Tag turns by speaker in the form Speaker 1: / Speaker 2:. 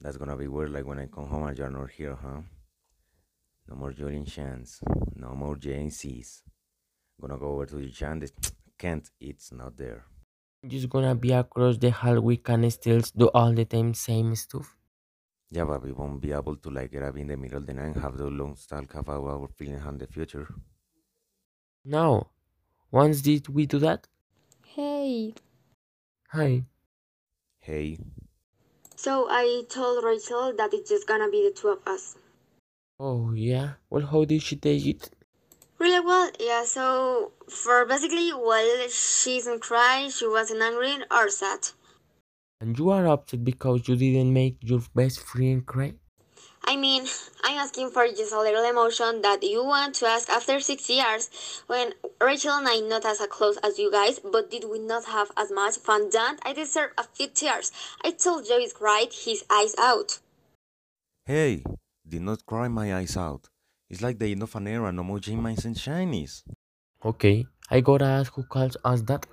Speaker 1: That's gonna be weird, like when I come home and you're not here, huh? No more Julian Chance, no more JNCs. Gonna go over to the Chance. Can't, it's not there.
Speaker 2: Just gonna be across the hall. We can still do all the time same stuff.
Speaker 1: Yeah, but we won't be able to like get up in the middle of the night, have the long talk about our feeling on the future.
Speaker 2: No. Once did we do that?
Speaker 3: Hey,
Speaker 2: Hi.
Speaker 1: Hey,
Speaker 3: so I told Rachel that it's just gonna be the two of us.
Speaker 2: Oh yeah. Well, how did she take it?
Speaker 3: Really well, yeah, so for basically, well, she didn't cry, she wasn't angry or sad.
Speaker 2: And you are upset because you didn't make your best friend cry?
Speaker 3: I mean, I'm asking for just a little emotion that you want to ask after six years when Rachel and I not as close as you guys, but did we not have as much fun? Don't I deserve a few tears? I told Joe Joey's cried his eyes out.
Speaker 1: hey, did not cry my eyes out. It's like the end of an era, no more J Mines and Shinies.
Speaker 2: Okay. I gotta ask who calls us that.